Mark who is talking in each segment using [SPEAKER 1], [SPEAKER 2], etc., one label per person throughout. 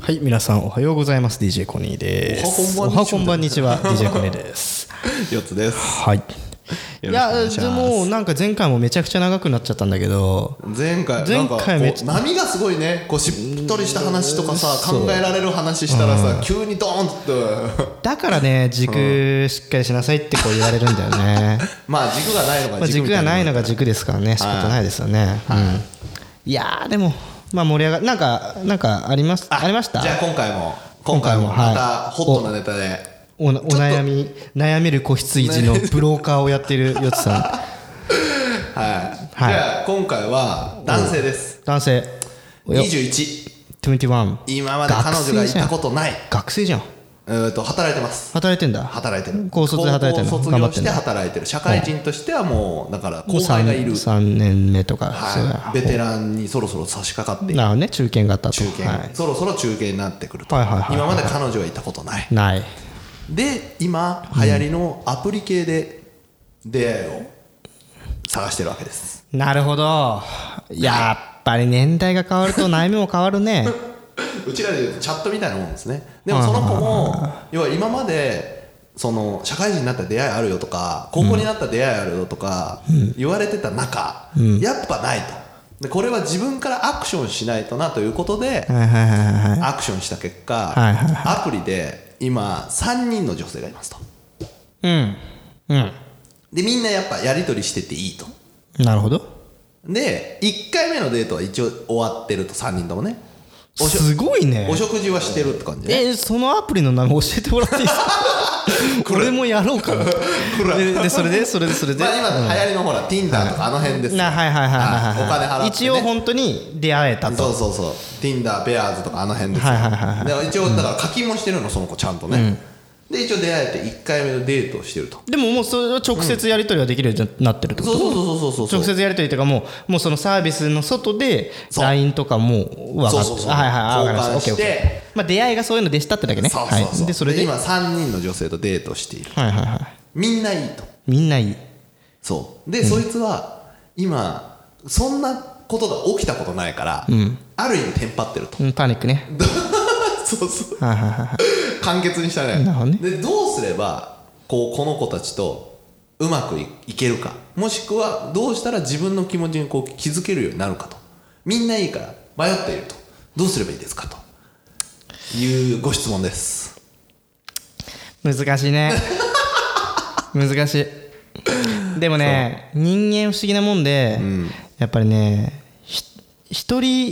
[SPEAKER 1] はい、皆さんおはようございます。DJ コニーです。
[SPEAKER 2] おは
[SPEAKER 1] こ
[SPEAKER 2] こ
[SPEAKER 1] ん
[SPEAKER 2] ん
[SPEAKER 1] ば
[SPEAKER 2] ば
[SPEAKER 1] ん
[SPEAKER 2] ん
[SPEAKER 1] に
[SPEAKER 2] に
[SPEAKER 1] ちは。DJ コニーです。
[SPEAKER 2] 四つです。
[SPEAKER 1] はい。い
[SPEAKER 2] よろしくお願
[SPEAKER 1] や、
[SPEAKER 2] いします
[SPEAKER 1] でもなんか前回もめちゃくちゃ長くなっちゃったんだけど、
[SPEAKER 2] 前回
[SPEAKER 1] 前回め
[SPEAKER 2] なん
[SPEAKER 1] っ
[SPEAKER 2] か
[SPEAKER 1] ち
[SPEAKER 2] こ
[SPEAKER 1] ゃ
[SPEAKER 2] う波がすごいねこうしっとりした話とかさ考えられる話したらさ急にドーンって
[SPEAKER 1] だからね、軸しっかりしなさいってこう言われるんだよ ね。
[SPEAKER 2] まあ軸がないの
[SPEAKER 1] まあ
[SPEAKER 2] が
[SPEAKER 1] 軸がないの
[SPEAKER 2] が
[SPEAKER 1] が軸ですからね、仕方ないですよね。うんいやー、でも、まあ盛り上がなんか、なんかあります、ありました
[SPEAKER 2] じゃあ今回も今回も
[SPEAKER 1] 今回も
[SPEAKER 2] ま
[SPEAKER 1] は
[SPEAKER 2] た
[SPEAKER 1] い
[SPEAKER 2] ホットなネタで
[SPEAKER 1] おお悩み、悩める子羊のブローカーをやってるよつさ
[SPEAKER 2] はいじ
[SPEAKER 1] はい
[SPEAKER 2] ゃあ今回は男性です
[SPEAKER 1] ん、男性、よ
[SPEAKER 2] 21
[SPEAKER 1] 21。
[SPEAKER 2] 今まで彼女が行ったことない
[SPEAKER 1] 学生じゃん
[SPEAKER 2] うーんと働いてます
[SPEAKER 1] 働いてんだ
[SPEAKER 2] 働いてる
[SPEAKER 1] 高卒で働いてるの
[SPEAKER 2] 高校を
[SPEAKER 1] 頑張っ
[SPEAKER 2] 卒
[SPEAKER 1] て
[SPEAKER 2] 業
[SPEAKER 1] んだ
[SPEAKER 2] して働いてる社会人としてはもうだから後輩がいる
[SPEAKER 1] 3年目とか、そう
[SPEAKER 2] は
[SPEAKER 1] だ
[SPEAKER 2] いベテランにそろそろ差し掛かって
[SPEAKER 1] なるほどね中堅型と
[SPEAKER 2] 中堅、
[SPEAKER 1] はい
[SPEAKER 2] そろそろ中堅になってくると、
[SPEAKER 1] はいはいはいはい
[SPEAKER 2] 今まで彼女はいたことない
[SPEAKER 1] ない
[SPEAKER 2] で今流行りのアプリ系で出会いを探してるわけです、
[SPEAKER 1] なるほどやっぱり年代が変わると悩みも変わる ね
[SPEAKER 2] うちらでいうチャットみたいなもんですねでもその子も要は今までその社会人になった出会いあるよとか高校になった出会いあるよとか言われてた中、やっぱないとでこれは自分からアクションしないとなということで、
[SPEAKER 1] はいはいはいはい
[SPEAKER 2] アクションした結果、
[SPEAKER 1] はいはい
[SPEAKER 2] アプリで今3人の女性がいますと
[SPEAKER 1] うんうん
[SPEAKER 2] でみんなやっぱやり取りしてていいと
[SPEAKER 1] なるほど
[SPEAKER 2] で1回目のデートは一応終わってると3人ともねおしょ
[SPEAKER 1] すごいね
[SPEAKER 2] お食事はしてるって感じね
[SPEAKER 1] えそのアプリの名前教えてもらっていい ですか俺もやろうかなででそれでそれでそれで、
[SPEAKER 2] まあ今流行りのほら Tinder とかあの辺ですよ
[SPEAKER 1] なはいはいはいはいはい、
[SPEAKER 2] はいお金払ってね
[SPEAKER 1] 一応本当に出会えたと
[SPEAKER 2] そうそうそう Tinder ベアーズとかあの辺ですよ
[SPEAKER 1] はいはいはいはい
[SPEAKER 2] だから一応だから課金もしてるのその子ちゃんとねで一応出会えて1回目のデートをしてると
[SPEAKER 1] でももうそれは直接やり取りはできるようになってるってこ
[SPEAKER 2] そ
[SPEAKER 1] と、
[SPEAKER 2] うそうそうそうそうそう
[SPEAKER 1] 直接やり取りというかもうもうそのサービスの外で
[SPEAKER 2] そう
[SPEAKER 1] LINE とかも分かっ
[SPEAKER 2] そうそうそう
[SPEAKER 1] あはいはいあ分かりましたオッケ
[SPEAKER 2] 交
[SPEAKER 1] ーオ
[SPEAKER 2] 換
[SPEAKER 1] ッ
[SPEAKER 2] して
[SPEAKER 1] ケーまあ出会いがそういうのでしたってだけね
[SPEAKER 2] そうそうそう、
[SPEAKER 1] はい、で
[SPEAKER 2] で
[SPEAKER 1] それで
[SPEAKER 2] 今3人の女性とデートしている
[SPEAKER 1] はいはいはい
[SPEAKER 2] みんないいと
[SPEAKER 1] みんないい
[SPEAKER 2] そうで、そいつは今そんなことが起きたことないから、ある意味テンパってると
[SPEAKER 1] うんパニックね
[SPEAKER 2] そうそう
[SPEAKER 1] はいはいはいはい
[SPEAKER 2] 簡潔にしたね
[SPEAKER 1] なるほどね
[SPEAKER 2] でどうすればこうこの子たちとうまくいいけるかもしくはどうしたら自分の気持ちにこう気づけるようになるかとみんないいから迷っているとどうすればいいですかというご質問です
[SPEAKER 1] 難しい ね難しいでもね人間不思議なもんで、やっぱりねひ一人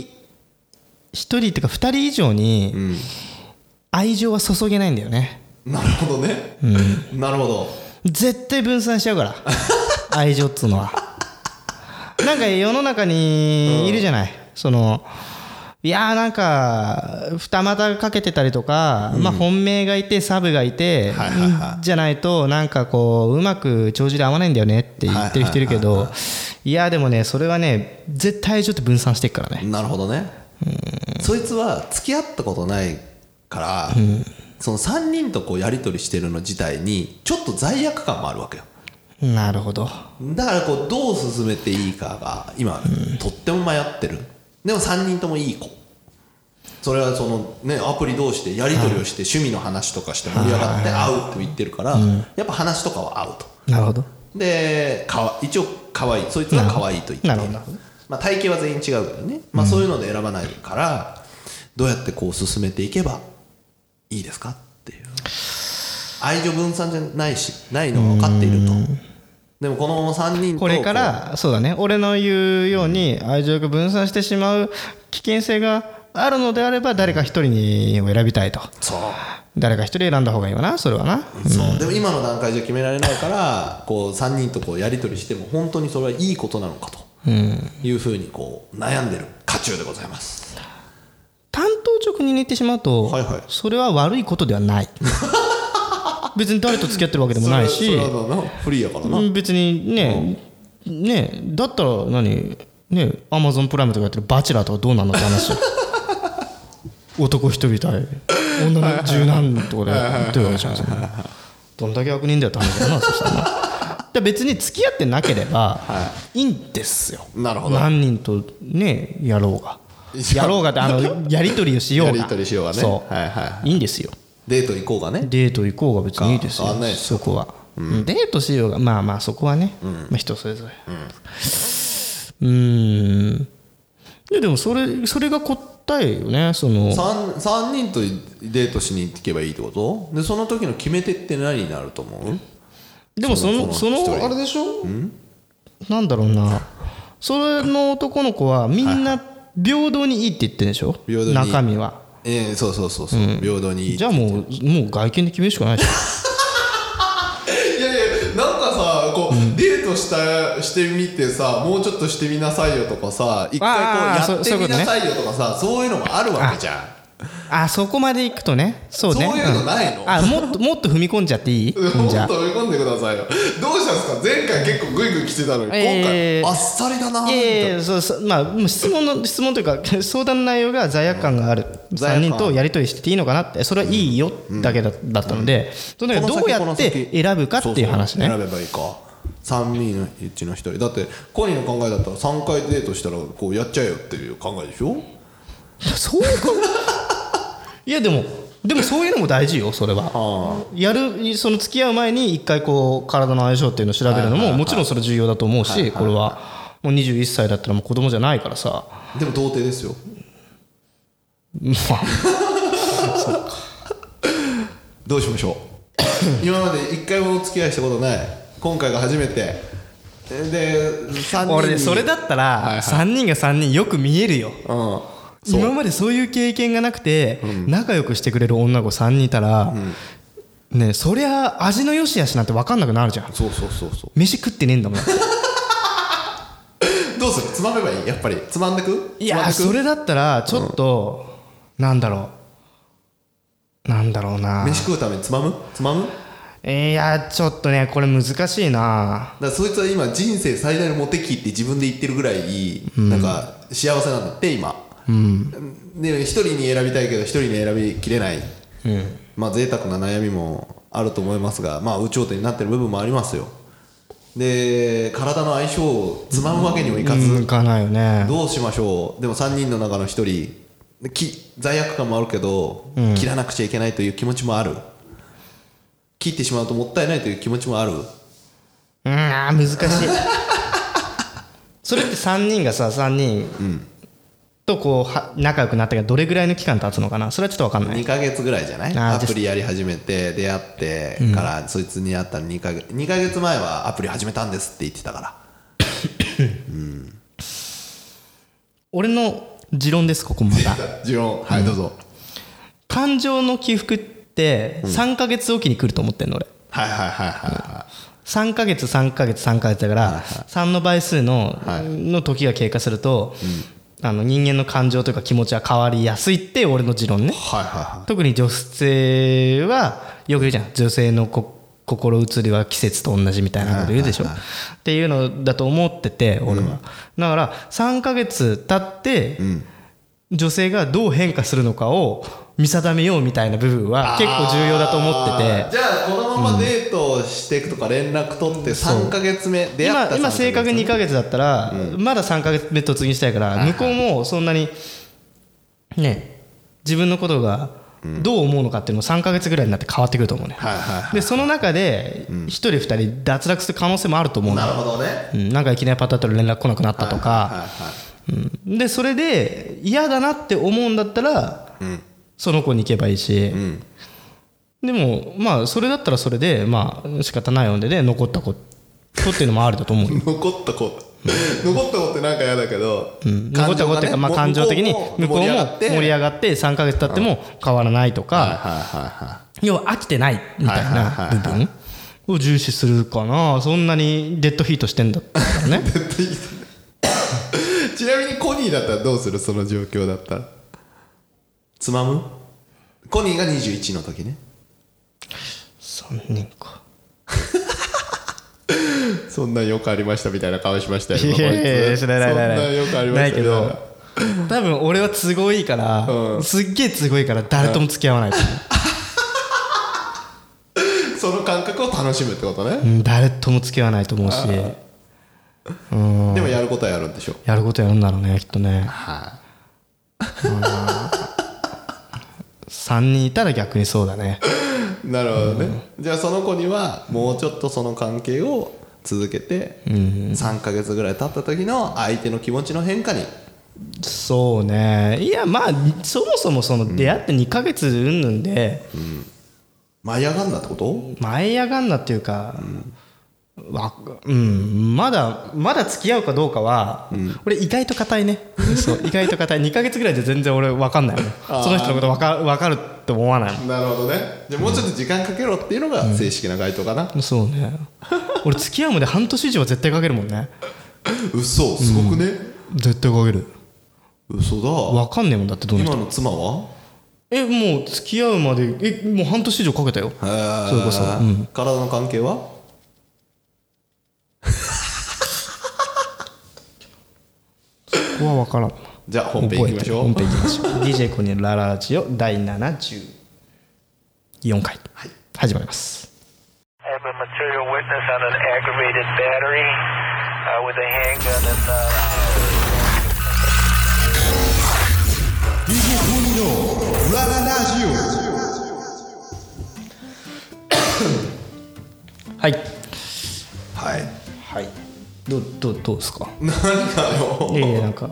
[SPEAKER 1] 一人っていうか二人以上に愛情は注げないんだよね
[SPEAKER 2] なるほどね、 なるほど
[SPEAKER 1] 絶対分散しちゃうから 愛情っつうのはなんか世の中にいるじゃない、そのいやーなんか二股かけてたりとか、まあ本命がいてサブがいて、
[SPEAKER 2] はいはいは
[SPEAKER 1] じゃないとなんかこううまく帳尻合わないんだよねって言ってる人いるけどいやーでもねそれはね絶対愛情って分散していくからね
[SPEAKER 2] なるほどねそいつは付き合ったことないから、その3人とこうやり取りしてるの自体にちょっと罪悪感もあるわけよ
[SPEAKER 1] なるほど
[SPEAKER 2] だからこうどう進めていいかが今、とっても迷ってるでも3人ともいい子それはそのねアプリ同士でやり取りをして趣味の話とかして盛り上がって会うって言ってるからやっぱ話とかは合うと
[SPEAKER 1] なるほど
[SPEAKER 2] でかわ一応可愛いそいつは可愛いと言って
[SPEAKER 1] なるほどなるほど
[SPEAKER 2] まあ、体型は全員違うけどね、まあ、そういうので選ばないから、どうやってこう進めていけばいいですかっていう愛情分散じゃないしないのは分かっているとでもこの3人と
[SPEAKER 1] これか
[SPEAKER 2] こ
[SPEAKER 1] らそうだね俺の言うように愛情が分散してしまう危険性があるのであれば誰か一人にを選びたいと
[SPEAKER 2] うそう
[SPEAKER 1] 誰か一人選んだ方がいいわなそれはな
[SPEAKER 2] そうでも今の段階じゃ決められないからこう3人とこうやり取りしても本当にそれはいいことなのかというふうにこう悩んでる渦中でございます
[SPEAKER 1] 担当直に言ってしまうと、
[SPEAKER 2] はいはい
[SPEAKER 1] それは悪いことではない 別に誰と付き合ってるわけでもない
[SPEAKER 2] そ
[SPEAKER 1] し
[SPEAKER 2] れはそれはなフリーやからな、
[SPEAKER 1] うん別にね、ねだったら何ねアマゾンプライムとかやってる「バチェラー」とかどうなんのって 話よ男一人対女の十何人とかでどういうわけじゃないですかどんだけ悪人だよって話だなそしたらなだ から別に付き合ってなければいいんですよ
[SPEAKER 2] なるほど
[SPEAKER 1] 何人とねやろうがやろうがってあのやり取りをしよう
[SPEAKER 2] や
[SPEAKER 1] が
[SPEAKER 2] り取りしようがね
[SPEAKER 1] そう、、
[SPEAKER 2] はいはい
[SPEAKER 1] いんですよ
[SPEAKER 2] デート行こうがね
[SPEAKER 1] デート行こうが別にいいですよ
[SPEAKER 2] 変わんないです
[SPEAKER 1] そこは、デートしようがまあまあそこはね、まあ、人それぞれうんんででもそれそれが答えよねその
[SPEAKER 2] 3, 三人とデートしに行けばいいってことでその時の決め手って何になると思う
[SPEAKER 1] でもその
[SPEAKER 2] そ
[SPEAKER 1] そ
[SPEAKER 2] の
[SPEAKER 1] の
[SPEAKER 2] その一人
[SPEAKER 1] あれでしょなんだろうなそれの男の子はみんな平等にいいって言ってるでしょ
[SPEAKER 2] 平等にいい
[SPEAKER 1] 中身は
[SPEAKER 2] ええそうそうそうそう、平等にいい
[SPEAKER 1] じゃあもうもう外見で決めるしかないでし ょ
[SPEAKER 2] いやいやなんかさこう、デートしたしてみてさもうちょっとしてみなさいよとかさ一
[SPEAKER 1] あ
[SPEAKER 2] 回
[SPEAKER 1] ー
[SPEAKER 2] こうやって
[SPEAKER 1] そうそういう
[SPEAKER 2] み
[SPEAKER 1] ことね
[SPEAKER 2] なさいよとかさそういうのもあるわけじゃん
[SPEAKER 1] あそこまで行くとねそうね
[SPEAKER 2] そういうのないの
[SPEAKER 1] んあもっともっと踏み込んじゃっていい
[SPEAKER 2] もっと
[SPEAKER 1] じゃあ
[SPEAKER 2] 追い込んでくださいよどうしたんですか前回結構グイグイ来てたのに、
[SPEAKER 1] えー
[SPEAKER 2] 今回あっさりだなみ
[SPEAKER 1] い
[SPEAKER 2] たいな
[SPEAKER 1] やいやそうそうまあもう質問の 質問というか相談の内容が罪悪感がある
[SPEAKER 2] 罪悪
[SPEAKER 1] 3
[SPEAKER 2] 感
[SPEAKER 1] 人とやり取りしてていいのかなってそれはいいよだけだだったのでその中でどうやって選ぶかっていう話ね
[SPEAKER 2] そうそう選べばいいか3人のうちの1人だってコニーの考えだったら3回デートしたらこうやっちゃえよっていう考えでしょ
[SPEAKER 1] そうかいやでもでもそういうのも大事よそれは
[SPEAKER 2] あ
[SPEAKER 1] やるその付き合う前に一回こう体の相性っていうのを調べるのももちろんそれ重要だと思うしこれはもう21歳だったらもう子供じゃないから さ
[SPEAKER 2] あでも童貞ですよ
[SPEAKER 1] まあ
[SPEAKER 2] どうしましょ う今まで1回もお付き合いしたことない今回が初めてで3人に
[SPEAKER 1] 俺ねそれだった
[SPEAKER 2] いは
[SPEAKER 1] ら
[SPEAKER 2] い
[SPEAKER 1] 3人が3人よく見えるよ
[SPEAKER 2] うん
[SPEAKER 1] 今までそういう経験がなくて仲良くしてくれる女子3人いたらねそりゃ味の良し悪しなんて分かんなくなるじゃん
[SPEAKER 2] そうそうそうそ
[SPEAKER 1] 飯食ってねえんだもん
[SPEAKER 2] うどうするつまめばいいやっぱりつまんでく
[SPEAKER 1] い
[SPEAKER 2] つま
[SPEAKER 1] や
[SPEAKER 2] んでく
[SPEAKER 1] それだったらちょっとなんだろうなんだろうな
[SPEAKER 2] 飯食うためにつまむつまむだか
[SPEAKER 1] いやちょっとねこれ難しいな
[SPEAKER 2] らそいつは今人生最大のモテ期って自分で言ってるぐらいなんか幸せなんだって今で一人に選びたいけど一人に選びきれないまあ贅沢な悩みもあると思いますがまあ有頂天になってる部分もありますよで体の相性をつまむわけにもいかず、
[SPEAKER 1] うんいかないよね
[SPEAKER 2] どうしましょうでも3人の中の1人でき罪悪感もあるけど、切らなくちゃいけないという気持ちもある切ってしまうともったいないという気持ちもある
[SPEAKER 1] うーんあー難しい それって3人がさ3人とこうは仲良くなってからどれぐらいの期間経つのかなそれはちょっと分かんない
[SPEAKER 2] 2ヶ月ぐらいじゃない
[SPEAKER 1] あー
[SPEAKER 2] アプリやり始めて出会ってから、そいつに会ったの2ヶ月2ヶ月前はアプリ始めたんですって言ってたから
[SPEAKER 1] 俺の持論ですここまだ
[SPEAKER 2] ジオンはいどうぞ、
[SPEAKER 1] 感情の起伏って3ヶ月おきに来ると思ってんの俺
[SPEAKER 2] はいはいはいは
[SPEAKER 1] 3ヶ月3ヶ月3ヶ月だから3の倍数のの時が経過するとあの人間の感情というか気持ちは変わりやすいって俺の持論ね
[SPEAKER 2] いはいはいは
[SPEAKER 1] 特に女性はよく言うじゃん女性のこ心移りは季節と同じみたいなこと言うでしょっていうのだと思ってて俺は、だから3ヶ月経って、女性がどう変化するのかを見定めようみたいな部分は結構重要だと思ってて
[SPEAKER 2] いじゃあこのままデートをしていくとか連絡取って3ヶ月目出会っ
[SPEAKER 1] 今
[SPEAKER 2] た
[SPEAKER 1] 今
[SPEAKER 2] 3
[SPEAKER 1] 正
[SPEAKER 2] ヶ
[SPEAKER 1] 確
[SPEAKER 2] 月目
[SPEAKER 1] に2ヶ月だったら、まだ3ヶ月目突入したいから、向こうもそんなにね自分のことがどう思うのかっていうのも3ヶ月ぐらいになって変わってくると思うね、
[SPEAKER 2] はいはいは
[SPEAKER 1] でその中で1人2人脱落する可能性もあると思う
[SPEAKER 2] い
[SPEAKER 1] の
[SPEAKER 2] なる
[SPEAKER 1] よ、
[SPEAKER 2] ほどね
[SPEAKER 1] うん、なんかいきなりパタッと連絡来なくなったと
[SPEAKER 2] はい
[SPEAKER 1] か
[SPEAKER 2] はい
[SPEAKER 1] うんでそれで嫌だなって思うんだったらその子に行けばいいし
[SPEAKER 2] ん
[SPEAKER 1] でもまあそれだったらそれでまあ仕方ないのでね残った子とっていうのもあるだと 思うよ
[SPEAKER 2] 残った子残った子ってなんか嫌だけど、
[SPEAKER 1] 残った子っていうかまあ感情的に向こうも盛り
[SPEAKER 2] が
[SPEAKER 1] 上
[SPEAKER 2] っ
[SPEAKER 1] がって3ヶ月経っても変わらないと
[SPEAKER 2] てはい
[SPEAKER 1] か
[SPEAKER 2] はいは
[SPEAKER 1] 要は飽きてないみたいな部分を重視するかなそんなにデッドヒートしてんだったらね
[SPEAKER 2] い絶対いいですねちなみにコニーだったらどうするその状況だったらつまむコニーが21の時ね
[SPEAKER 1] 3人か
[SPEAKER 2] そんなよくありましたみたいな顔しましたよ今
[SPEAKER 1] いやいやい
[SPEAKER 2] こ
[SPEAKER 1] や
[SPEAKER 2] いつ
[SPEAKER 1] しないないないない
[SPEAKER 2] そんなよくありました
[SPEAKER 1] ないけど多分俺は都合いいから、
[SPEAKER 2] うん
[SPEAKER 1] すっげえ都合いいから誰とも付き合わない、
[SPEAKER 2] その感覚を楽しむってことね、
[SPEAKER 1] うん誰とも付き合わないと思うし
[SPEAKER 2] でもやることはやるんでしょ
[SPEAKER 1] やることやるんだろうねきっとね
[SPEAKER 2] は
[SPEAKER 1] 3人いたら逆にそうだね
[SPEAKER 2] なるほどね、じゃあその子にはもうちょっとその関係を続けて3ヶ月ぐらい経った時の相手の気持ちの変化に
[SPEAKER 1] そうねいやまあそもそもその出会って2ヶ月うんぬんで
[SPEAKER 2] 舞い上がるんだってこと
[SPEAKER 1] 舞い上がんなっていうか、わうん、まだまだ付き合うかどうかは、俺意外と硬いねそう意外と硬い2ヶ月ぐらいで全然俺分かんないもんその人のこと分か分かると思わないも
[SPEAKER 2] なるほどねじゃあもうちょっと時間かけろっていうのが正式な回答かな、
[SPEAKER 1] んそうね俺付き合うまで半年以上は絶対かけるもんね
[SPEAKER 2] 嘘すごくね、
[SPEAKER 1] 絶対かける
[SPEAKER 2] 嘘だ
[SPEAKER 1] 分かんねえもんだってどの人
[SPEAKER 2] 今の妻は
[SPEAKER 1] えもう付き合うまでえもう半年以上かけたよ
[SPEAKER 2] へー
[SPEAKER 1] それこそう
[SPEAKER 2] 体の関係は
[SPEAKER 1] ここは分からん
[SPEAKER 2] じゃあ本編いきましょう
[SPEAKER 1] 覚えてる本編いきましょう DJ コニーラララジオ第74回、始まります
[SPEAKER 3] I have a material witness on an aggravated battery uh, with a handgun and. Uh
[SPEAKER 2] ラララジ
[SPEAKER 1] はい
[SPEAKER 2] オはい
[SPEAKER 1] はいどうどうどうですか
[SPEAKER 2] 何だよ
[SPEAKER 1] いやいやなん か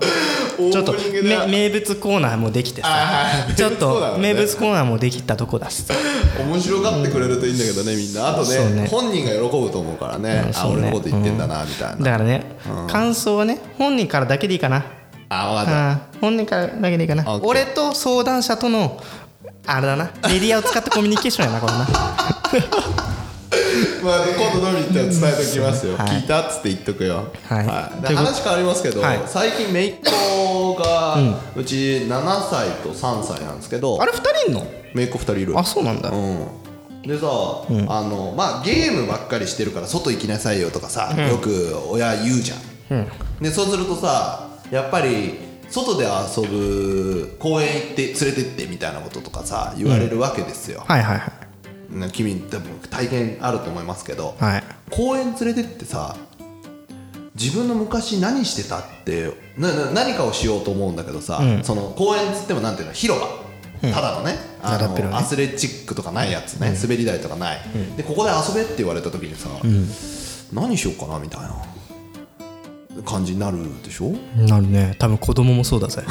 [SPEAKER 2] オ
[SPEAKER 1] ちょっ
[SPEAKER 2] ー
[SPEAKER 1] と
[SPEAKER 2] プニングで
[SPEAKER 1] め名物コーナーもできてさ
[SPEAKER 2] あ ー
[SPEAKER 1] ちょっと名
[SPEAKER 2] 名
[SPEAKER 1] 物コーナーもできたとこだしさ
[SPEAKER 2] 面白がってくれるといいんだけどねみんなあと
[SPEAKER 1] そう
[SPEAKER 2] ね
[SPEAKER 1] ね
[SPEAKER 2] 本人が喜ぶと思うからね、
[SPEAKER 1] うん
[SPEAKER 2] あ
[SPEAKER 1] そうね
[SPEAKER 2] 俺のこと言ってんだな、みたい
[SPEAKER 1] だ
[SPEAKER 2] な
[SPEAKER 1] からね、感想はね本人からだけでいいかな
[SPEAKER 2] あ分かった
[SPEAKER 1] あー本人からだけでいいかな
[SPEAKER 2] OK
[SPEAKER 1] 俺と相談者とのあれだなメディアを使ったコミュニケーションやなこれな
[SPEAKER 2] まあ、今度飲みに行ったら伝えときますよ、
[SPEAKER 1] はい
[SPEAKER 2] 聞いたっつって言っとくよ、
[SPEAKER 1] はい
[SPEAKER 2] で
[SPEAKER 1] ということ
[SPEAKER 2] 話変わりますけど、
[SPEAKER 1] はい
[SPEAKER 2] 最近姪っ子がうち7歳と3歳なんですけど
[SPEAKER 1] あれ2人いんの
[SPEAKER 2] 姪っ子2人いる
[SPEAKER 1] あそうなんだ、
[SPEAKER 2] うんでさ、あのまあ、ゲームばっかりしてるから外行きなさいよとかさ、よく親言うじゃん、でそうするとさやっぱり外で遊ぶ公園行って連れてってみたいなこととかさ言われるわけですよ、
[SPEAKER 1] はいはいはい
[SPEAKER 2] ね君多分体験あると思いますけど、
[SPEAKER 1] はい
[SPEAKER 2] 公園連れてってさ自分の昔何してたってなな何かをしようと思うんだけどさ、その公園っつってもなんていうの広場、ただのねあ
[SPEAKER 1] だだっ
[SPEAKER 2] の
[SPEAKER 1] 広いね
[SPEAKER 2] アスレチックとかないやつね、滑り台とかない、でここで遊べって言われた時にさ、何しようかなみたいな感じになるでしょ
[SPEAKER 1] なるね多分子供もそうだ ぜ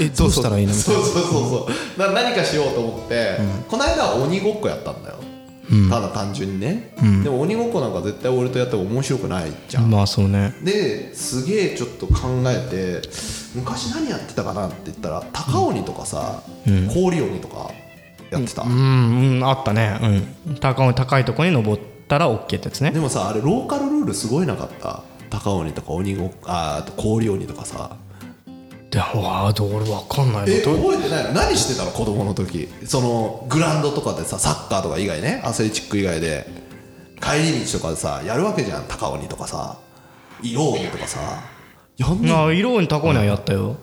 [SPEAKER 1] えどうしたらいいのみたい
[SPEAKER 2] そうそうそうそうな何かしようと思って、この間は鬼ごっこやったんだよ、ただ単純にね、でも鬼ごっこなんか絶対俺とやっても面白くないじゃ、
[SPEAKER 1] なんまあそうね
[SPEAKER 2] ですげえちょっと考えて昔何やってたかなって言ったら高鬼とかさ、氷鬼とかやってた、
[SPEAKER 1] うんうんあったねうん高い高いとこに登ったら OK ってやつね
[SPEAKER 2] でもさあれローカルルールすごいなかった高鬼とか鬼ごっあーあと氷鬼とかさ
[SPEAKER 1] でわあどう俺わかんない
[SPEAKER 2] え
[SPEAKER 1] などう
[SPEAKER 2] 覚えてないの何してたの子供の時そのグラウンドとかでさサッカーとか以外ねアスレチック以外で帰り道とかでさやるわけじゃん高鬼とかさ色鬼とかさやんない
[SPEAKER 1] ああ色に高いのはやったよ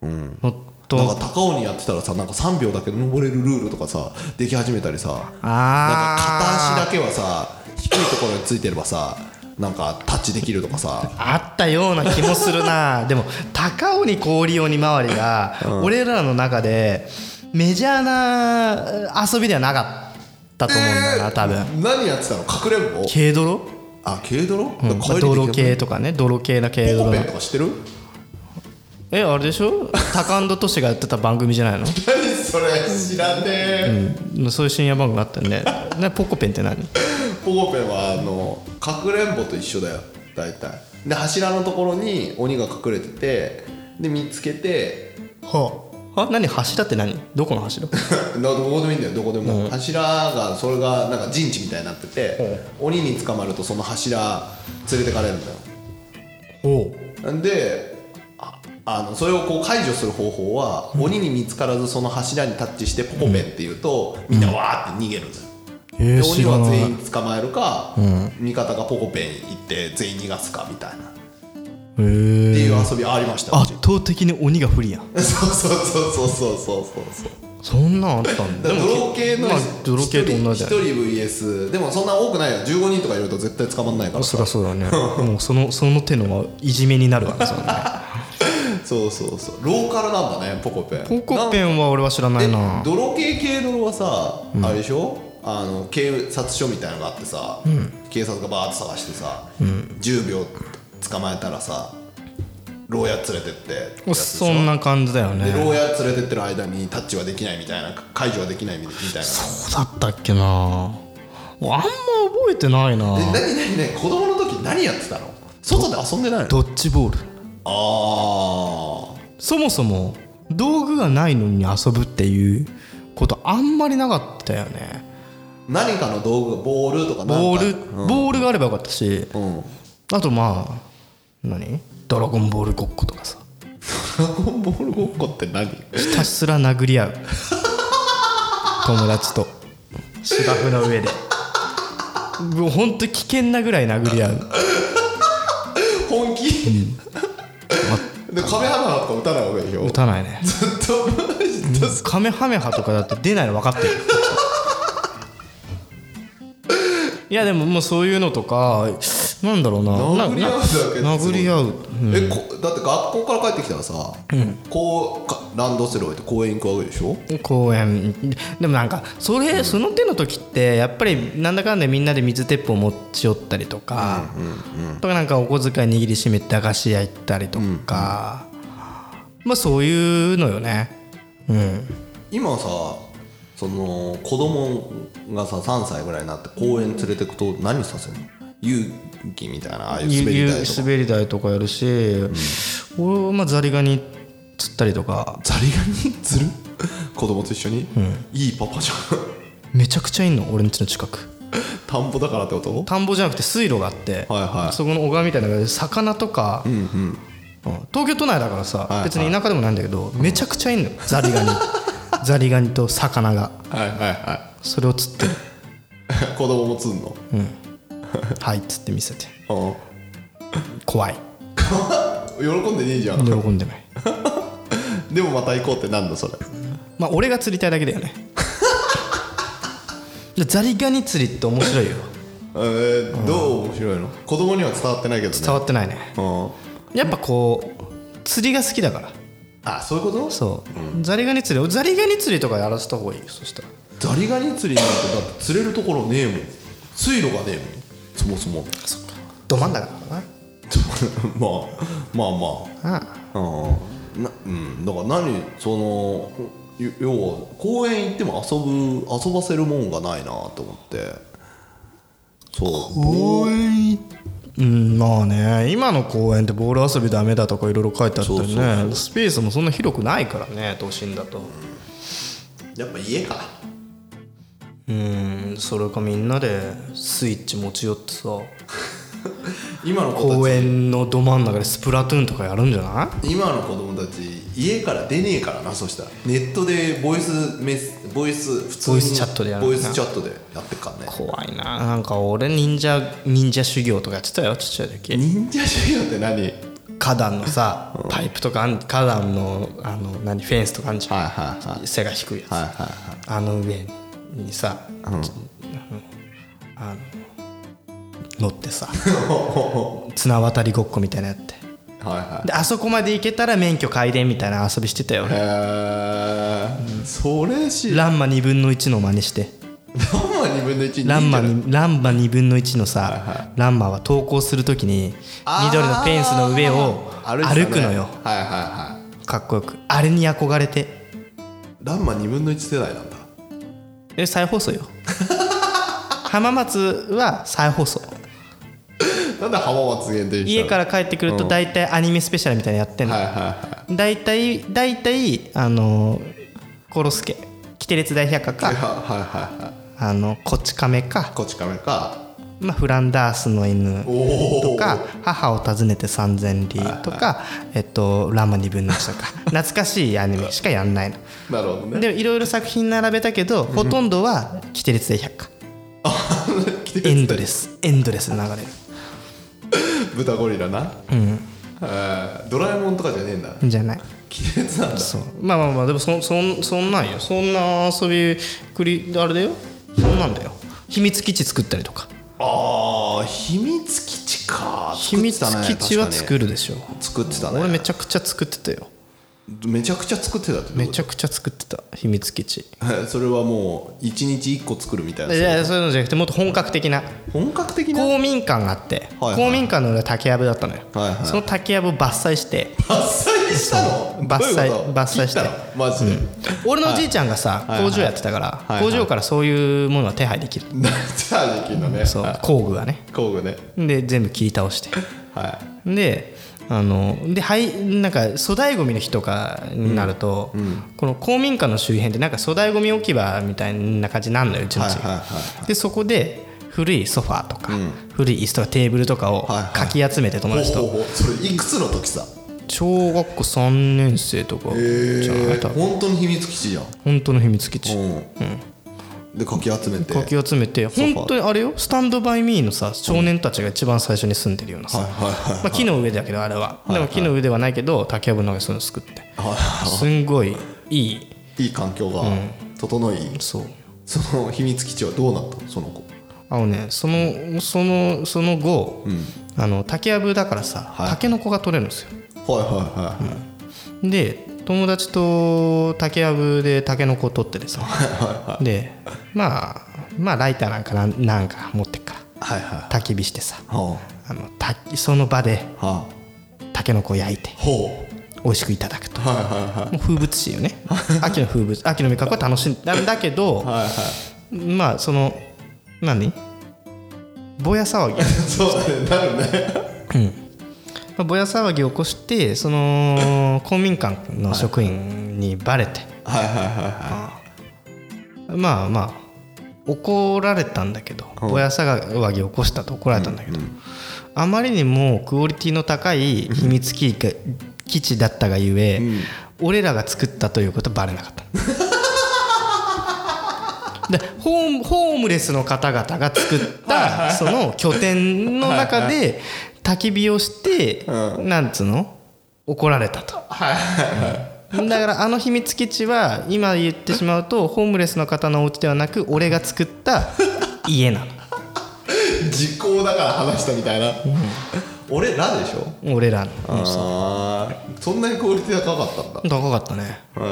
[SPEAKER 1] うんやっ
[SPEAKER 2] なんか
[SPEAKER 1] と
[SPEAKER 2] 高尾にやってたらさなんか3秒だけ登れるルールとかさでき始めたりさなんか
[SPEAKER 1] あー
[SPEAKER 2] 片足だけはさ低いところについてればさなんかタッチできるとかさ
[SPEAKER 1] あったような気もする なでも高鬼氷鬼周りが俺らの中でメジャーな遊びではなかったと思うんだよな多分
[SPEAKER 2] 何やってたのかくれんぼ
[SPEAKER 1] 軽泥
[SPEAKER 2] あ軽泥、う
[SPEAKER 1] うんまあ泥系とかね泥系な軽
[SPEAKER 2] ポコ
[SPEAKER 1] 泥
[SPEAKER 2] ペン
[SPEAKER 1] な
[SPEAKER 2] とか知ってる
[SPEAKER 1] えあれでしょタカンドトシがやってた番組じゃないの
[SPEAKER 2] 何それ知らねえ、
[SPEAKER 1] うんそういう深夜番組あったよ ねねポコペンって何
[SPEAKER 2] ポコペンはあのかくれんぼと一緒だよ大体で柱のところに鬼が隠れててで見つけて
[SPEAKER 1] はあ何柱って何どこの柱
[SPEAKER 2] などこでもいいんだよどこでも、柱がそれがなんか陣地みたいになってて、鬼に捕まるとその柱連れてかれるんだよ
[SPEAKER 1] お
[SPEAKER 2] なんでああのそれをこう解除する方法は、鬼に見つからずその柱にタッチしてポコペンって言うと、みんなわーって逃げるんだよ、
[SPEAKER 1] えー、
[SPEAKER 2] で鬼
[SPEAKER 1] 知ら
[SPEAKER 2] は
[SPEAKER 1] な
[SPEAKER 2] 全
[SPEAKER 1] い
[SPEAKER 2] 員捕まえるか、味方がポコペン行って全員逃がすかみたいなって
[SPEAKER 1] えー
[SPEAKER 2] いう遊びありました、うち
[SPEAKER 1] 圧倒的に鬼が不利やん
[SPEAKER 2] そうそうそうそうそうそうそう
[SPEAKER 1] そんなんあったんだ
[SPEAKER 2] だ
[SPEAKER 1] で
[SPEAKER 2] から
[SPEAKER 1] も
[SPEAKER 2] 泥系の
[SPEAKER 1] まあ泥系と同じだよ
[SPEAKER 2] 1人 VS でもそんな多くないよ15人とかいると絶対捕まんないから
[SPEAKER 1] そりゃそうだねもうそのその手のいじめになるわけですよね
[SPEAKER 2] そうそうそうローカルなんだねポコペン
[SPEAKER 1] ポコペンは俺は知らないな
[SPEAKER 2] え泥系系泥はさ、あれでしょあの警察署みたいのがあってさ、警察がバーッと探してさ、10秒捕まえたらさ牢屋連れてってやつでしょ
[SPEAKER 1] そんな感じだよ
[SPEAKER 2] で牢
[SPEAKER 1] ね
[SPEAKER 2] 屋連れてってる間にタッチはできないみたいな解除はできないみたいな
[SPEAKER 1] そうだったっけなあんま覚えてないな
[SPEAKER 2] え何何何子供の時何やってたの外で遊んでないの
[SPEAKER 1] ドッジボール
[SPEAKER 2] あ
[SPEAKER 1] そもそも道具がないのに遊ぶっていうことあんまりなかったよね
[SPEAKER 2] ー何かの道具がボールとかなんか
[SPEAKER 1] ボール
[SPEAKER 2] うん
[SPEAKER 1] ボールがあればよかったし
[SPEAKER 2] うん
[SPEAKER 1] あとまあ何ドラゴンボールごっことかさ
[SPEAKER 2] ドラゴンボールごっこって何
[SPEAKER 1] ひたすら殴り合う友達と芝生の上でもうほんと危険なぐらい殴り合う
[SPEAKER 2] 本気、でカメハメハとか打たないわけでしょ
[SPEAKER 1] 打たないね
[SPEAKER 2] ずっとずっと
[SPEAKER 1] カメハメハとかだって出ないの分かって るいやでももうそういうのとかなんだろうな
[SPEAKER 2] 殴り合うだけ
[SPEAKER 1] な殴り合う、うん
[SPEAKER 2] えこだって学校から帰ってきたらさ、こうかランドセル置いて公園行くわけでしょ
[SPEAKER 1] 公園でもなんかそれその手の時ってやっぱりなんだかんだみんなで水鉄砲持ち寄ったりとか、とかなんかお小遣い握りしめて駄菓子屋行ったりとか、まあそういうのよねうん
[SPEAKER 2] 今さその子供がさ3歳ぐらいになって公園連れてくと何させるの遊戯みたいなああいう滑り台とか
[SPEAKER 1] 滑り台とかやるし、俺はまあザリガニ釣ったりとか
[SPEAKER 2] ザリガニ釣る子供と一緒に、いいパパじゃん
[SPEAKER 1] めちゃくちゃいんの俺ん家の近く
[SPEAKER 2] 田んぼだからってこと
[SPEAKER 1] 田んぼじゃなくて水路があって、
[SPEAKER 2] はいはい
[SPEAKER 1] そこの小川みたいなのがあって魚とか、
[SPEAKER 2] うんうん
[SPEAKER 1] うん東京都内だからさ、
[SPEAKER 2] いはい
[SPEAKER 1] 別に田舎でもないんだけど、めちゃくちゃいんのよザリガ ニザリガニと魚が
[SPEAKER 2] はいはいは
[SPEAKER 1] それを釣って る
[SPEAKER 2] い子供も釣んの
[SPEAKER 1] 「はい」っつって見せて
[SPEAKER 2] うん
[SPEAKER 1] 怖い
[SPEAKER 2] 喜んでねえじゃん
[SPEAKER 1] 喜んでない
[SPEAKER 2] でもまた行こうってなんだそれ
[SPEAKER 1] まあ俺が釣りたいだけだよ ねでザリガニ釣りって面白いよ
[SPEAKER 2] えー、どう面白いの子供には伝わってないけどね
[SPEAKER 1] 伝わってないね
[SPEAKER 2] うん
[SPEAKER 1] やっぱこう釣りが好きだから
[SPEAKER 2] あそういうこと
[SPEAKER 1] そう、ザリガニ釣りザリガニ釣りとかやらせた方がいいよそしたら
[SPEAKER 2] ザリガニ釣りなんてだって釣れるところねえもん水路がねえもんそもそも
[SPEAKER 1] ど真ん中だからな
[SPEAKER 2] まあまあまあ
[SPEAKER 1] あ
[SPEAKER 2] うんなうん、だから何そのよ要は公園行っても遊ぶ遊ばせるもんがないなと思ってそう
[SPEAKER 1] 公園うんまあね今の公園ってボール遊びダメだとかいろいろ書いてあったよね
[SPEAKER 2] そうそうそ
[SPEAKER 1] スペースもそんな広くないからね都心だと
[SPEAKER 2] やっぱ家か
[SPEAKER 1] うんそれかみんなでスイッチ持ち寄ってさ
[SPEAKER 2] 今の子
[SPEAKER 1] 公
[SPEAKER 2] たち
[SPEAKER 1] 園のど真ん中でスプラトゥーンとかやるんじゃない
[SPEAKER 2] 今の子供たち家から出ねえからなそしたらネットでボイスメスボイス普通
[SPEAKER 1] ボ
[SPEAKER 2] に
[SPEAKER 1] イスチャットでやる
[SPEAKER 2] ボイスチャットでやってっからね
[SPEAKER 1] 怖いななんか俺忍者忍者修行とかやってたよちっちゃい時
[SPEAKER 2] 忍者修行って何はい
[SPEAKER 1] 花壇のさパイプとかあん花壇のあの何フェンスとかあんじゃん、
[SPEAKER 2] はいはい
[SPEAKER 1] 背が低いやつ、
[SPEAKER 2] はいはい
[SPEAKER 1] あの上にさ、あのあの乗って さ綱渡りごっこみたいなのやって
[SPEAKER 2] はいはい
[SPEAKER 1] であそこまで行けたら免許改伝みたいな遊びしてたよね
[SPEAKER 2] へえそれし
[SPEAKER 1] ランマ2分の1の真似して
[SPEAKER 2] ランマ2分の1
[SPEAKER 1] ランマ
[SPEAKER 2] 忍者
[SPEAKER 1] にランマ2分の1のさランマは登校するときに
[SPEAKER 2] あー
[SPEAKER 1] 緑のフェンスの上を
[SPEAKER 2] いてたね
[SPEAKER 1] 歩くのよ
[SPEAKER 2] はいはいはい
[SPEAKER 1] かっこよくあれに憧れて
[SPEAKER 2] ランマ2分の1世代なんだ
[SPEAKER 1] え再放送よ浜松は再放送
[SPEAKER 2] なんで浜松限定にし
[SPEAKER 1] 家
[SPEAKER 2] たの
[SPEAKER 1] から帰ってくると大体アニメスペシャルみたいなのやってんの、
[SPEAKER 2] はいはいはい
[SPEAKER 1] 大体大体あのコロスケキテレツ大百科
[SPEAKER 2] いや
[SPEAKER 1] か
[SPEAKER 2] はいはいはい
[SPEAKER 1] あのこち亀か、
[SPEAKER 2] こち亀か
[SPEAKER 1] まあ、フランダースの犬
[SPEAKER 2] おお
[SPEAKER 1] とか母を訪ねて三千里とか、えっと、ランマ二分の一と か懐かしいアニメしかやんないの
[SPEAKER 2] なるほどね
[SPEAKER 1] でいろいろ作品並べたけどほとんどはキテレツ大百科
[SPEAKER 2] 来て
[SPEAKER 1] エ
[SPEAKER 2] る
[SPEAKER 1] ンドレスエンドレスで流れる
[SPEAKER 2] 豚ゴリラなうんドラえもんとかじゃねえんだ
[SPEAKER 1] んじゃない
[SPEAKER 2] 鬼滅なんだ
[SPEAKER 1] そうまあまあまあでもそそんそんなんよそんな遊びくりあれだよそんなんだよ秘密基地作ったりとか
[SPEAKER 2] あー秘密基地か
[SPEAKER 1] 秘
[SPEAKER 2] 作っ
[SPEAKER 1] 密
[SPEAKER 2] てたね
[SPEAKER 1] 基地は
[SPEAKER 2] 確か
[SPEAKER 1] 作
[SPEAKER 2] に
[SPEAKER 1] るでしょ
[SPEAKER 2] 作ってたね
[SPEAKER 1] 俺めちゃくちゃ作ってたよ
[SPEAKER 2] めちゃくちゃ作ってたってこと
[SPEAKER 1] めちゃくちゃ作ってた秘密基地
[SPEAKER 2] それはもう1日1個作るみたいない
[SPEAKER 1] やそういうのじゃなくてもっと本格的な
[SPEAKER 2] 本格的な
[SPEAKER 1] 公民館があって、
[SPEAKER 2] はいはい
[SPEAKER 1] 公民館の裏竹やぶだったのよ、
[SPEAKER 2] はいはい
[SPEAKER 1] その竹やぶを伐採して
[SPEAKER 2] 伐採したの
[SPEAKER 1] 伐採
[SPEAKER 2] どういうこと
[SPEAKER 1] 伐採して
[SPEAKER 2] 切ったのマジで、
[SPEAKER 1] 俺のおじいちゃんがさ、
[SPEAKER 2] はい
[SPEAKER 1] 工場やってたから、
[SPEAKER 2] はいはい
[SPEAKER 1] 工場からそういうものは手配できる、
[SPEAKER 2] なんちゃあできんのね
[SPEAKER 1] そう
[SPEAKER 2] はい
[SPEAKER 1] 工具がね
[SPEAKER 2] 工具ね
[SPEAKER 1] で全部切り倒して
[SPEAKER 2] は
[SPEAKER 1] であのではいなんか粗大ごみの日とかになると、この公民館の周辺でなんか粗大ごみ置き場みたいな感じになるのようち
[SPEAKER 2] い
[SPEAKER 1] の
[SPEAKER 2] はい
[SPEAKER 1] 家
[SPEAKER 2] はいはい
[SPEAKER 1] でそこで古いソファーとか、古い椅子とかテーブルとかを
[SPEAKER 2] はいはい
[SPEAKER 1] かき集めて友達と、
[SPEAKER 2] ほうほうほうそれいくつの時さ
[SPEAKER 1] 小学校3年生とかじゃない多分
[SPEAKER 2] 本当に秘密基地じゃん
[SPEAKER 1] 本当の秘密基地
[SPEAKER 2] うん、でかき集めて
[SPEAKER 1] かき集めて
[SPEAKER 2] ァー
[SPEAKER 1] 本当にあれよスタンドバイミーのさ少年たちが一番最初に住んでるようなさ、
[SPEAKER 2] はいはいはい
[SPEAKER 1] まあ、木の上だけどあれは、でも木の上ではないけど竹やぶの中でそういうの作って
[SPEAKER 2] は
[SPEAKER 1] すんごいいい
[SPEAKER 2] いいい環境が整い、
[SPEAKER 1] そう
[SPEAKER 2] その秘密基地はどうなったのその子
[SPEAKER 1] あのねそのそのその後、あの竹やぶだからさ、
[SPEAKER 2] はい
[SPEAKER 1] タケノコが取れるんですよ
[SPEAKER 2] はいはいはいはい、
[SPEAKER 1] で友達と竹やぶでタケノコを取ってですねでまあまあライターなんかなんなんか持ってっから
[SPEAKER 2] はいは
[SPEAKER 1] 焚き火してさ
[SPEAKER 2] いは
[SPEAKER 1] あのたその場で
[SPEAKER 2] あは
[SPEAKER 1] タケノコを焼いて
[SPEAKER 2] あほ
[SPEAKER 1] 美味しくいただくと
[SPEAKER 2] うはいはいはい
[SPEAKER 1] もう風物詩よ ね秋の風物秋の味覚は楽しんだんだけど、
[SPEAKER 2] はいはい
[SPEAKER 1] まあその何ぼや騒ぎ、ま
[SPEAKER 2] そうだねなるね
[SPEAKER 1] あ、ぼや騒ぎを起こしてその公民館の職員にバレて、
[SPEAKER 2] はいはいはいは
[SPEAKER 1] まあまあ怒られたんだけどぼや騒ぎを起こしたと怒られたんだけど、あまりにもクオリティの高い秘密基地が基地だったがゆえ、俺らが作ったということはバレなかった。でホームホームレスの方々が作ったその拠点の中で焚き火をして、なんつうの怒られたと。だからあの秘密基地は今言ってしまうとホームレスの方のお家ではなく俺が作った家なの
[SPEAKER 2] い時効だから話したみたいな、俺らでしょ
[SPEAKER 1] 俺らの
[SPEAKER 2] ああそんなにクオリティが高かったんだ
[SPEAKER 1] 高かったね
[SPEAKER 2] へ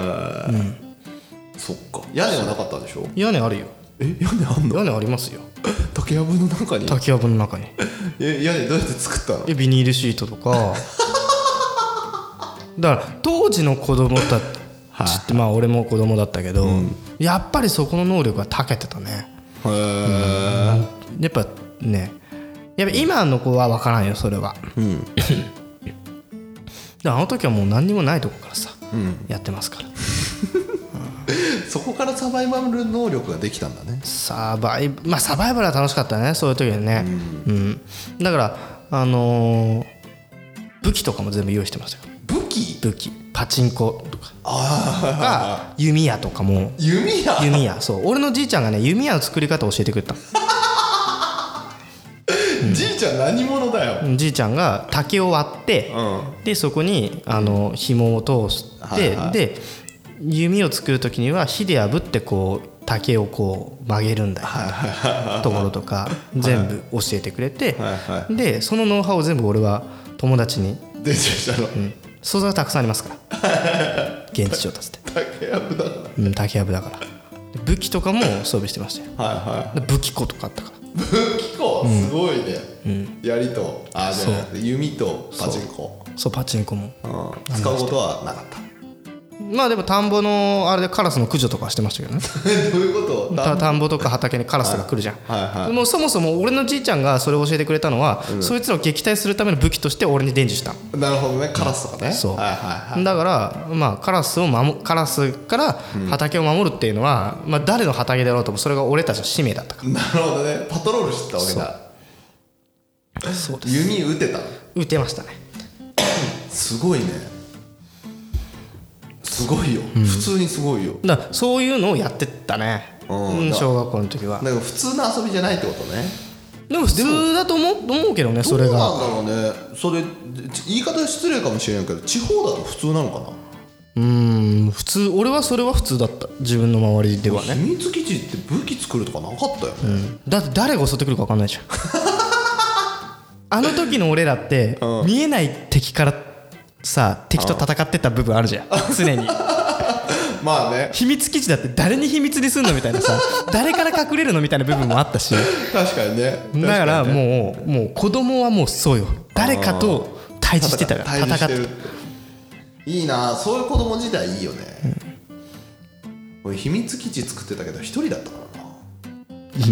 [SPEAKER 2] え、そっか屋根はなかったでしょ
[SPEAKER 1] 屋根あるよ
[SPEAKER 2] え屋根あんの
[SPEAKER 1] 屋根ありますよ
[SPEAKER 2] 竹やぶの中に
[SPEAKER 1] 竹やぶの中に
[SPEAKER 2] え屋根どうやって作ったの
[SPEAKER 1] でビニールシートとかだから当時の子供たちってまあ俺も子供だったけど、やっぱりそこの能力が長けてたね
[SPEAKER 2] へえ
[SPEAKER 1] やっぱねやっぱ今の子は分からんよそれは
[SPEAKER 2] うん
[SPEAKER 1] であの時はもう何にもないとこからさ、やってますから
[SPEAKER 2] そこからサバイバル能力ができたんだね
[SPEAKER 1] サバイまあサバイバルは楽しかったねそういう時はね、うんだからあのー武器とかも全部用意してましたよ
[SPEAKER 2] 武器
[SPEAKER 1] 武器パチンコとか
[SPEAKER 2] ああ
[SPEAKER 1] が弓矢とかも
[SPEAKER 2] 弓矢
[SPEAKER 1] 弓矢そう俺のじいちゃんがね弓矢の作り方を教えて くれた
[SPEAKER 2] じいちゃん何者だよ
[SPEAKER 1] じいちゃんが竹を割って、
[SPEAKER 2] う
[SPEAKER 1] でそこにあの紐を通して、
[SPEAKER 2] はいはい
[SPEAKER 1] で弓を作る時には火で炙ってこう竹をこう曲げるんだよ、ところとか全部教えてくれて、
[SPEAKER 2] はいは
[SPEAKER 1] でそのノウハウを全部俺は友達に
[SPEAKER 2] でじいちゃんの
[SPEAKER 1] 素材はたくさんありますから 現地調達で
[SPEAKER 2] 竹やぶだから
[SPEAKER 1] うん竹やぶだからで武器とかも装備してましたよ
[SPEAKER 2] はいは
[SPEAKER 1] で武器庫とかあったから
[SPEAKER 2] い武器庫すごいね槍とあじゃあ弓とパチンコ
[SPEAKER 1] そうパチンコも
[SPEAKER 2] うん使うことはなかった
[SPEAKER 1] まあでも田んぼのあれでカラスの駆除とかはしてましたけどね
[SPEAKER 2] どういうことだ
[SPEAKER 1] た田んぼとか畑にカラスが来るじゃん、
[SPEAKER 2] はいはい
[SPEAKER 1] もうそもそも俺のじいちゃんがそれを教えてくれたのは、そいつらを撃退するための武器として俺に伝授したの
[SPEAKER 2] なるほどねカラスとかね
[SPEAKER 1] そう
[SPEAKER 2] はいはいはい
[SPEAKER 1] だから、まあ、カラスを守カラスから畑を守るっていうのは、まあ、誰の畑であろうともそれが俺たちの使命だったか
[SPEAKER 2] なるほどねパトロールしてたわけだ
[SPEAKER 1] らそうで
[SPEAKER 2] 弓撃てた
[SPEAKER 1] 撃てましたね
[SPEAKER 2] すごいねすごいよ普通にすごいよ
[SPEAKER 1] だからそういうのをやってったね、
[SPEAKER 2] うん
[SPEAKER 1] うん小学校の時は
[SPEAKER 2] なんか普通の遊びじゃないってことね
[SPEAKER 1] でも普通だと思う思うけどねそれが
[SPEAKER 2] どうなんだろうねそれ言い方失礼かもしれないけど地方だと普通なのか
[SPEAKER 1] うーん普通俺はそれは普通だった自分の周りでは
[SPEAKER 2] な
[SPEAKER 1] ね、
[SPEAKER 2] 秘密基地って武器作るとかなかったよね
[SPEAKER 1] だって誰が襲ってくるか分かんないじゃんあの時の俺らって、
[SPEAKER 2] うん
[SPEAKER 1] 見えない敵からさ敵と戦ってた部分あるじゃん常 に
[SPEAKER 2] まあね
[SPEAKER 1] 秘密基地だって誰に秘密にすんのみたいな さ誰から隠れるのみたいな部分もあったし
[SPEAKER 2] 確かにね
[SPEAKER 1] だから
[SPEAKER 2] う
[SPEAKER 1] もうもう子供はもうそうよ誰かと対峙してたから戦ってた
[SPEAKER 2] いいなそういう子供時代いいよね、俺秘密基地作ってたけど一人だったから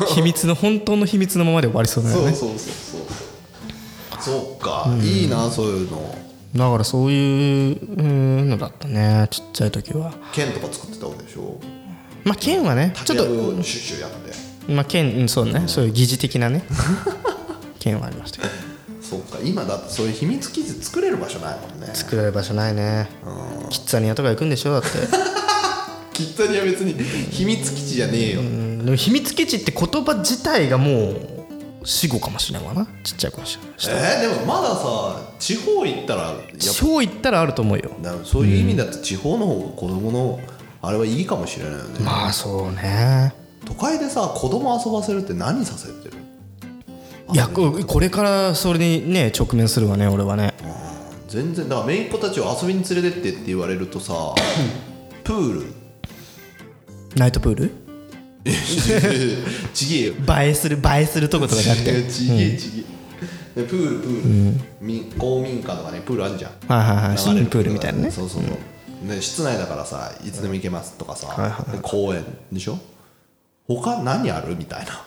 [SPEAKER 2] な
[SPEAKER 1] 秘密の本当の秘密のままで終わりそうだよ
[SPEAKER 2] そう
[SPEAKER 1] ね
[SPEAKER 2] そうそうそうそうか、いいなそういうの
[SPEAKER 1] だからそういううんのだったねちっちゃい時は
[SPEAKER 2] 剣とか作ってたわけでしょ
[SPEAKER 1] まあ剣はねちょっ
[SPEAKER 2] 竹
[SPEAKER 1] と
[SPEAKER 2] やぶをシュッシュやって
[SPEAKER 1] まあ剣うんそうね、そういう疑似的なね剣はありました けど
[SPEAKER 2] そっか今だってそういう秘密基地作れる場所ないもんね
[SPEAKER 1] 作れる場所ないねキッザニアとか行くんでしょだって
[SPEAKER 2] きっとには別に秘密基地じゃねえよ、
[SPEAKER 1] うんでも秘密基地って言葉自体がもう死後かもしれないわなちっちゃい子はし
[SPEAKER 2] えー、でもまださ地方行ったらやっ
[SPEAKER 1] 地方行ったらあると思うよ
[SPEAKER 2] ぱだそういう意味だと地方の方が子供のあれはいいかもしれないよね、
[SPEAKER 1] まあそうね
[SPEAKER 2] 都会でさ子供遊ばせるって何させてる
[SPEAKER 1] いやここれからそれにね直面するわね俺はね
[SPEAKER 2] 全然だから姪っ子たちを遊びに連れてってって言われるとさ プール
[SPEAKER 1] ナイトプール
[SPEAKER 2] ちげえよ
[SPEAKER 1] 映えする映えするとことかじゃなくてはい
[SPEAKER 2] ちげえちげえでプールプール、民公民館とかねプールあるじゃん
[SPEAKER 1] はいはい市
[SPEAKER 2] 流れ
[SPEAKER 1] 民
[SPEAKER 2] る
[SPEAKER 1] プールみたいなね
[SPEAKER 2] そうそうそう、ね室内だからさいつでも行けますとかさ、
[SPEAKER 1] いはい
[SPEAKER 2] で公園でしょ他何あるみたいな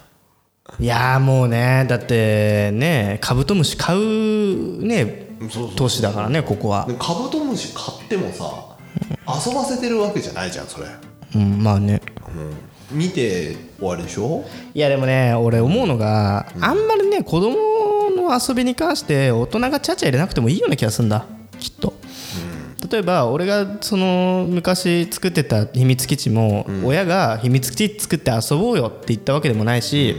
[SPEAKER 2] い
[SPEAKER 1] やーもうねだってねカブトムシ買うね
[SPEAKER 2] そうそう
[SPEAKER 1] 投資だからねここは
[SPEAKER 2] でもカブトムシ買ってもさ遊ばせてるわけじゃないじゃんそれ
[SPEAKER 1] うんまあね
[SPEAKER 2] 見て終わりでしょ
[SPEAKER 1] いやでもね俺思うのがあんまりね子供の遊びに関して大人がちゃちゃ入れなくてもいいような気がするんだきっと例えば俺がその昔作ってた秘密基地も親が秘密基地作って遊ぼうよって言ったわけでもないし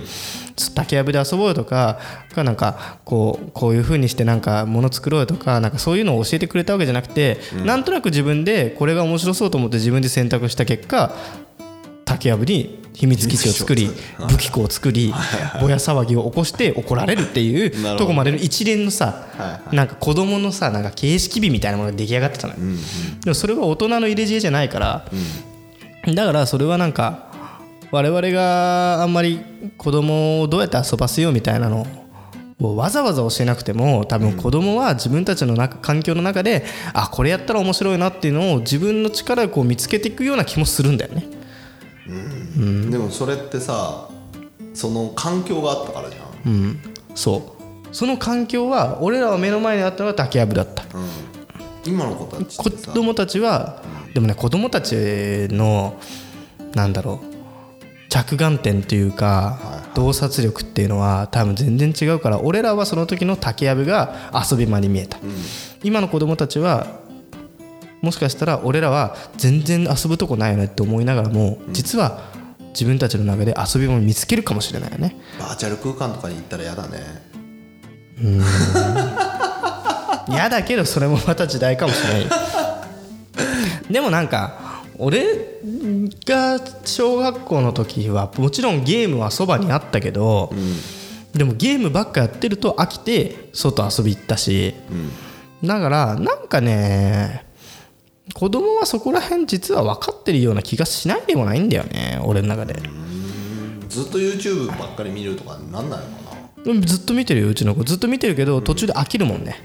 [SPEAKER 1] 竹やぶで遊ぼうよとかなんかこうこういう風にしてなんか物作ろうよとかなんかそういうのを教えてくれたわけじゃなくてなんとなく自分でこれが面白そうと思って自分で選択した結果竹やぶに秘密基地を作り武器庫を作りぼや騒ぎを起こして怒られるってい
[SPEAKER 2] なるほ
[SPEAKER 1] う
[SPEAKER 2] ど
[SPEAKER 1] とこまでの一連の
[SPEAKER 2] はい
[SPEAKER 1] さ
[SPEAKER 2] は
[SPEAKER 1] なんか子供のさなんか形式美みたいなものが出来上がってたのよ、でもそれは大人の入れ知恵じゃないから、だからそれはなんか我々があんまり子供をどうやって遊ばせようみたいなのをわざわざ教えなくても多分子供は自分たちの中環境の中であこれやったら面白いなっていうのを自分の力でこう見つけていくような気もするんだよね。
[SPEAKER 2] でもそれってさその環境があったからじゃん、
[SPEAKER 1] そうその環境は俺らは目の前にあったのが竹やぶだった
[SPEAKER 2] 今の子たち
[SPEAKER 1] 子
[SPEAKER 2] ってさ
[SPEAKER 1] 供たちはでもね子供たちのなんだろう着眼点というか洞察力っていうのは多分全然違うから俺らはその時の竹やぶが遊び場に見えた、今の子供たちはもしかしたら俺らは全然遊ぶとこないよねって思いながらも実は自分たちの中で遊び場を見つけるかもしれないよね
[SPEAKER 2] バーチャル空間とかに行ったら嫌だね
[SPEAKER 1] 嫌だけどそれもまた時代かもしれない でもなんか俺が小学校の時はもちろんゲームはそばにあったけど、でもゲームばっかやってると飽きて外遊び行ったし、だからなんかね子供はそこら辺実は分かってるような気がしないでもないんだよね俺の中で、
[SPEAKER 2] ずっと YouTube ばっかり見るとかなんないのかな
[SPEAKER 1] うんずっと見てるようちの子ずっと見てるけど途中で飽きるもんね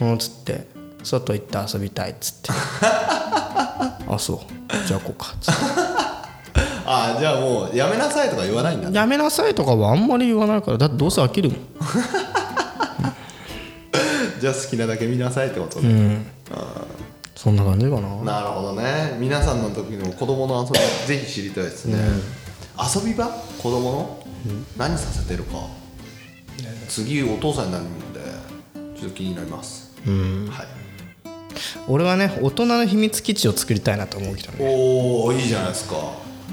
[SPEAKER 1] うん、うんつって外行って遊びたいっつって あそうじゃあ行こうかっつって
[SPEAKER 2] ああじゃあもうやめなさいとか言わないんだね
[SPEAKER 1] やめなさいとかはあんまり言わないからだってどうせ飽きるもん
[SPEAKER 2] じゃあ好きなだけ見なさいってことね、
[SPEAKER 1] そんな感じかな
[SPEAKER 2] なるほどね皆さんの時の子供の遊びぜひ知りたいですね、遊び場子供の、何させてるか、次お父さんになるんでちょっと気になります、はい、
[SPEAKER 1] 俺はね大人の秘密基地を作りたいなと思うけどね
[SPEAKER 2] おおいいじゃないですか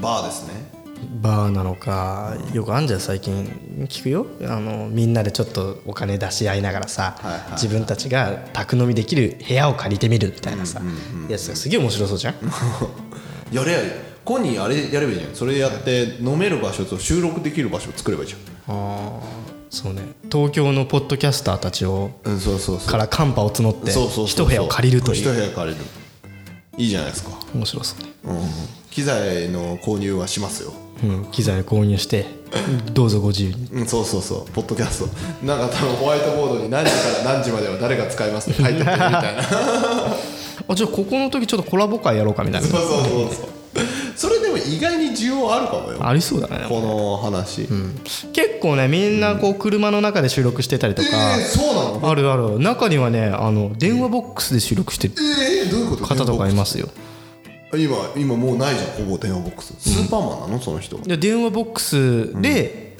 [SPEAKER 2] バーですね
[SPEAKER 1] バーなのかよくあんじゃん最近聞くよあのみんなでちょっとお金出し合いながらさ、
[SPEAKER 2] はいはい
[SPEAKER 1] 自分たちが宅飲みできる部屋を借りてみるみたいなさ、やつがすげえ面白そうじゃん
[SPEAKER 2] やれやれコニーあれやればいいじゃんそれやって飲める場所と収録できる場所を作ればいいじゃん
[SPEAKER 1] そうね東京のポッドキャスターたちを
[SPEAKER 2] うんそうそうそう
[SPEAKER 1] からカンパを募って
[SPEAKER 2] そうそうそ
[SPEAKER 1] 一
[SPEAKER 2] う
[SPEAKER 1] 部屋を借りると
[SPEAKER 2] 一部
[SPEAKER 1] いう
[SPEAKER 2] 屋借りるいいじゃないですか、
[SPEAKER 1] 面白そうね、
[SPEAKER 2] うん、機材の購入はしますよ
[SPEAKER 1] うん、機材を購入してどうぞご自由に
[SPEAKER 2] うん、そうそうそう、ポッドキャスト、なんか多分ホワイトボードに何時から何時までは誰が使いますって書いてあるみたい な、そう
[SPEAKER 1] あじゃあここの時ちょっとコラボ会やろうかみたいな
[SPEAKER 2] そうそうそう、それでも意外に需要あるかもよ、
[SPEAKER 1] ありそうだね
[SPEAKER 2] この話、
[SPEAKER 1] 結構ねみんなこう車の中で収録してたりと
[SPEAKER 2] え
[SPEAKER 1] か、
[SPEAKER 2] ー、そうなの
[SPEAKER 1] あるある中にはねあの電話ボックスで収録してる
[SPEAKER 2] えー、どういうこと
[SPEAKER 1] 方とかいますよ
[SPEAKER 2] 今、今もうないじゃん、ほぼ電話ボックス、スーパーマンなの、その人、
[SPEAKER 1] で電話ボックスで、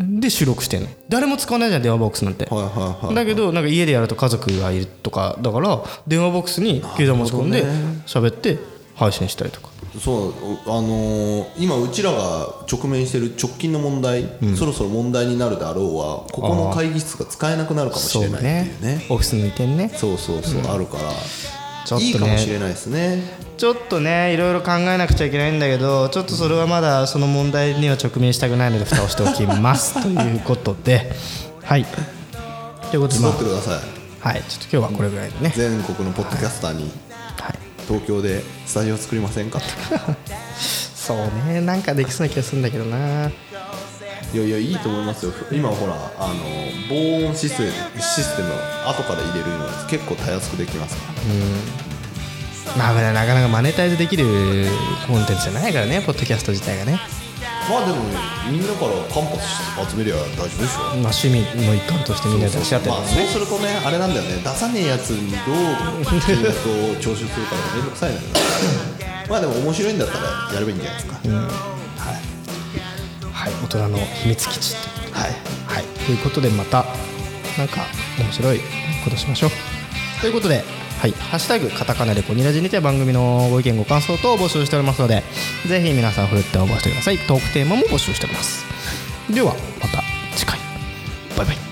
[SPEAKER 1] で収録してんの誰も使わないじゃん電話ボックスなんて、
[SPEAKER 2] はいはいはい、
[SPEAKER 1] だけどなんか家でやると家族がいるとかだから電話ボックスに携帯持ち込んで喋って配信したりとか
[SPEAKER 2] そうあのー今うちらが直面してる直近の問題、そろそろ問題になるだろうはここの会議室が使えなくなるかもしれないっていうね
[SPEAKER 1] オフィスの移転ね
[SPEAKER 2] そうそうそう、あるから
[SPEAKER 1] ちょっとね
[SPEAKER 2] いいかもしれないですね
[SPEAKER 1] ちょっとねいろいろ考えなくちゃいけないんだけどちょっとそれはまだその問題には直面したくないので蓋をしておきます ということではいということで、ま
[SPEAKER 2] 募ってください
[SPEAKER 1] あ、はいちょっと今日はこれぐらいでね、
[SPEAKER 2] 全国のポッドキャスターに
[SPEAKER 1] はい、
[SPEAKER 2] 東京でスタジオ作りませんか
[SPEAKER 1] そうねなんかできそうな気がするんだけどない
[SPEAKER 2] やいやいいと思いますよ今ほらあの防音システムシステムを後から入れるのは結構たやすくできますから
[SPEAKER 1] まあねなかなかマネタイズできるコンテンツじゃないからねポッドキャスト自体がね
[SPEAKER 2] まあでもねみんなからカンパス集めりゃ大丈夫でしょ
[SPEAKER 1] まあ、趣味の一環としてみんなで出し合ってる
[SPEAKER 2] まあ、そうするとねあれなんだよね出さねえやつにどう金額を徴収するかが面倒くさいのよまあでも面白いんだったらやればいいんじゃないですか、はい
[SPEAKER 1] はい、大人の秘密基地という,、
[SPEAKER 2] はい
[SPEAKER 1] はい、ということでまたなんか面白いことしましょうということで「はい、ハッシュタグカタカナでコニラジ」にて番組のご意見ご感想等を募集しておりますのでぜひ皆さんふるって応募してくださいトークテーマも募集しておりますではまた次回バイバイ